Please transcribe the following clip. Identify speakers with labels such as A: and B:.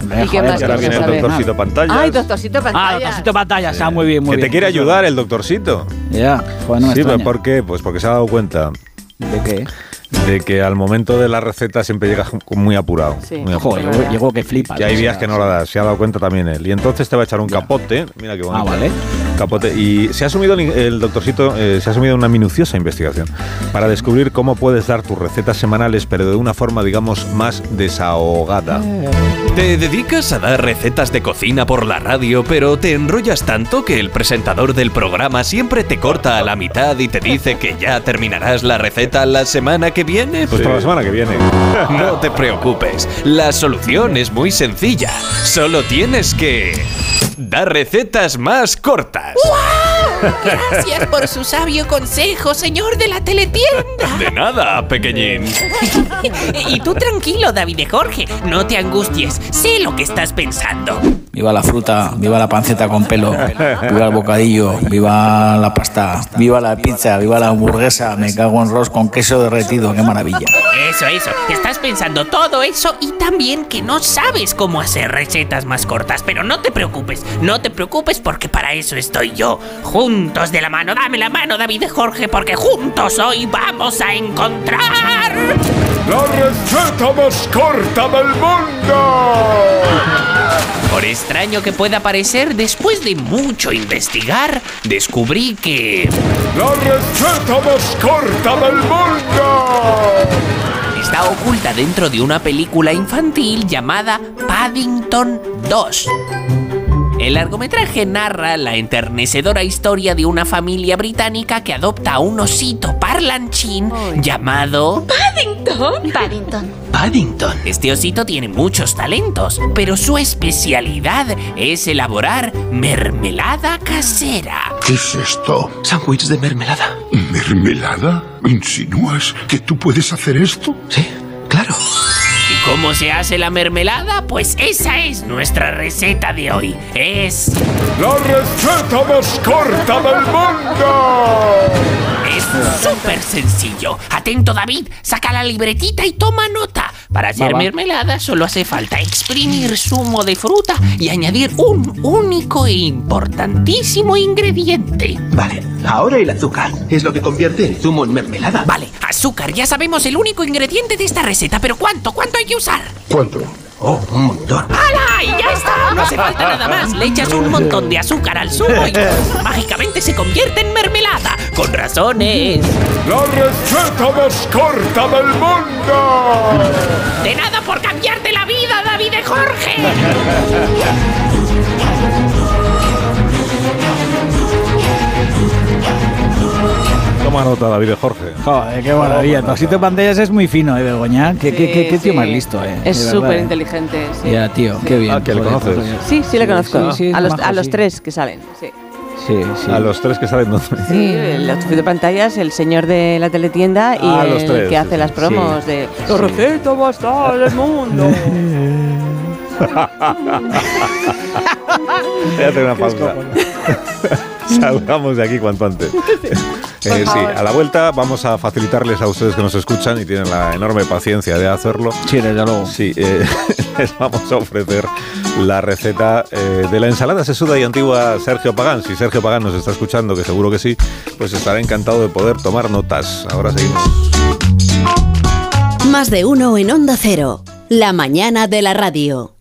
A: Hombre,
B: ¿Y qué
A: joder,
B: más
C: Y ahora
B: cosas
C: viene el
B: sabe?
C: doctorcito pantallas.
B: Ay, doctorcito
A: Ah,
B: pantalla.
A: doctorcito pantalla, está muy bien, muy
C: que
A: bien.
C: te quiere ayudar el doctorcito.
A: Ya, joder, no me
C: sí, pero
A: extraña.
C: ¿por qué? Pues porque se ha dado cuenta
A: ¿De qué?
C: de que al momento de la receta siempre llegas muy apurado.
B: Sí.
C: Muy apurado.
A: Ojo,
B: Es
A: llegó,
B: verdad.
A: llegó que flipa.
C: Que hay días que no la das, se ha dado cuenta también él. Y entonces te va a echar un capote, mira qué bonito.
A: Ah, vale.
C: Capote. Y se ha asumido, el, el doctorcito, eh, se ha asumido una minuciosa investigación para descubrir cómo puedes dar tus recetas semanales, pero de una forma, digamos, más desahogada.
A: Eh.
D: ¿Te dedicas a dar recetas de cocina por la radio, pero te enrollas tanto que el presentador del programa siempre te corta a la mitad y te dice que ya terminarás la receta la semana que viene?
C: Pues para la semana que viene.
D: No te preocupes, la solución es muy sencilla. Solo tienes que dar recetas más cortas.
E: Gracias por su sabio consejo, señor de la teletienda.
D: De nada, pequeñín.
E: Y tú tranquilo, David de Jorge. No te angusties. Sé lo que estás pensando.
F: Viva la fruta, viva la panceta con pelo, viva el bocadillo, viva la pasta, viva la pizza, viva la hamburguesa, me cago en arroz con queso derretido, qué maravilla.
E: Eso, eso. Estás pensando todo eso y también que no sabes cómo hacer recetas más cortas. Pero no te preocupes, no te preocupes porque para eso estoy yo. Juntos de la mano, dame la mano, David y Jorge, porque juntos hoy vamos a encontrar.
G: La receta más corta del mundo.
E: Por extraño que pueda parecer, después de mucho investigar, descubrí que.
G: La receta más corta del mundo.
E: está oculta dentro de una película infantil llamada Paddington 2. El largometraje narra la enternecedora historia de una familia británica que adopta a un osito parlanchín llamado...
H: Paddington.
E: Paddington. Este osito tiene muchos talentos, pero su especialidad es elaborar mermelada casera.
I: ¿Qué es esto?
D: Sándwich de mermelada.
I: ¿Mermelada? ¿Insinúas que tú puedes hacer esto?
D: Sí, claro.
E: ¿Y cómo se hace la mermelada? Pues esa es nuestra receta de hoy. Es...
G: La receta más corta del mundo.
E: Es súper sencillo. Atento, David. Saca la libretita y toma nota. Para hacer
A: Va, va.
E: mermelada solo hace falta exprimir zumo de fruta y añadir un único e importantísimo ingrediente.
J: Vale, ahora el azúcar es lo que convierte el zumo en mermelada.
E: Vale, azúcar. Ya sabemos el único ingrediente de esta receta, pero ¿cuánto? ¿Cuánto hay que usar?
I: ¿Cuánto?
J: Oh, un montón.
E: ¡Hala! ¡Y ya está! No hace falta nada más. Le echas un montón de azúcar al zumo y mágicamente se convierte en mermelada. Con razones.
G: La receta más corta del mundo.
E: De nada por cambiarte la vida, David de Jorge.
C: Toma nota, David Jorge.
A: Joder, qué maravilla. El pasito de pantallas es muy fino, ¿eh, Begoña? Qué, qué, qué, qué tío más listo, ¿eh?
B: Es
A: De verdad,
B: súper
A: ¿eh?
B: inteligente, sí.
A: Ya, tío,
B: Sí.
A: qué bien.
C: Ah, que le
A: joder,
C: conoces.
A: joder.
B: Sí, sí le conozco.
A: sí, sí,
B: a los,
A: majo,
B: a los
A: sí.
B: tres que salen, sí.
A: Sí, sí.
C: A los tres que salen. ¿no?
B: Sí, el doctor de pantallas, el señor de la teletienda y
C: Ah, los
B: el
C: tres,
B: que
C: sí,
B: hace
C: sí.
B: las promos
A: Sí.
B: de
A: Sí.
B: los recetas más tal del mundo.
C: Voy a hacer una pausa. Salgamos de aquí cuanto antes. Eh, sí, a la vuelta vamos a facilitarles a ustedes que nos escuchan y tienen la enorme paciencia de hacerlo.
A: Sí, desde luego.
C: Sí, eh, les vamos a ofrecer la receta eh, de la ensalada sesuda y antigua Sergio Pagán. Si Sergio Pagán nos está escuchando, que seguro que sí, pues estará encantado de poder tomar notas. Ahora seguimos.
H: Más de uno en Onda Cero. La mañana de la radio.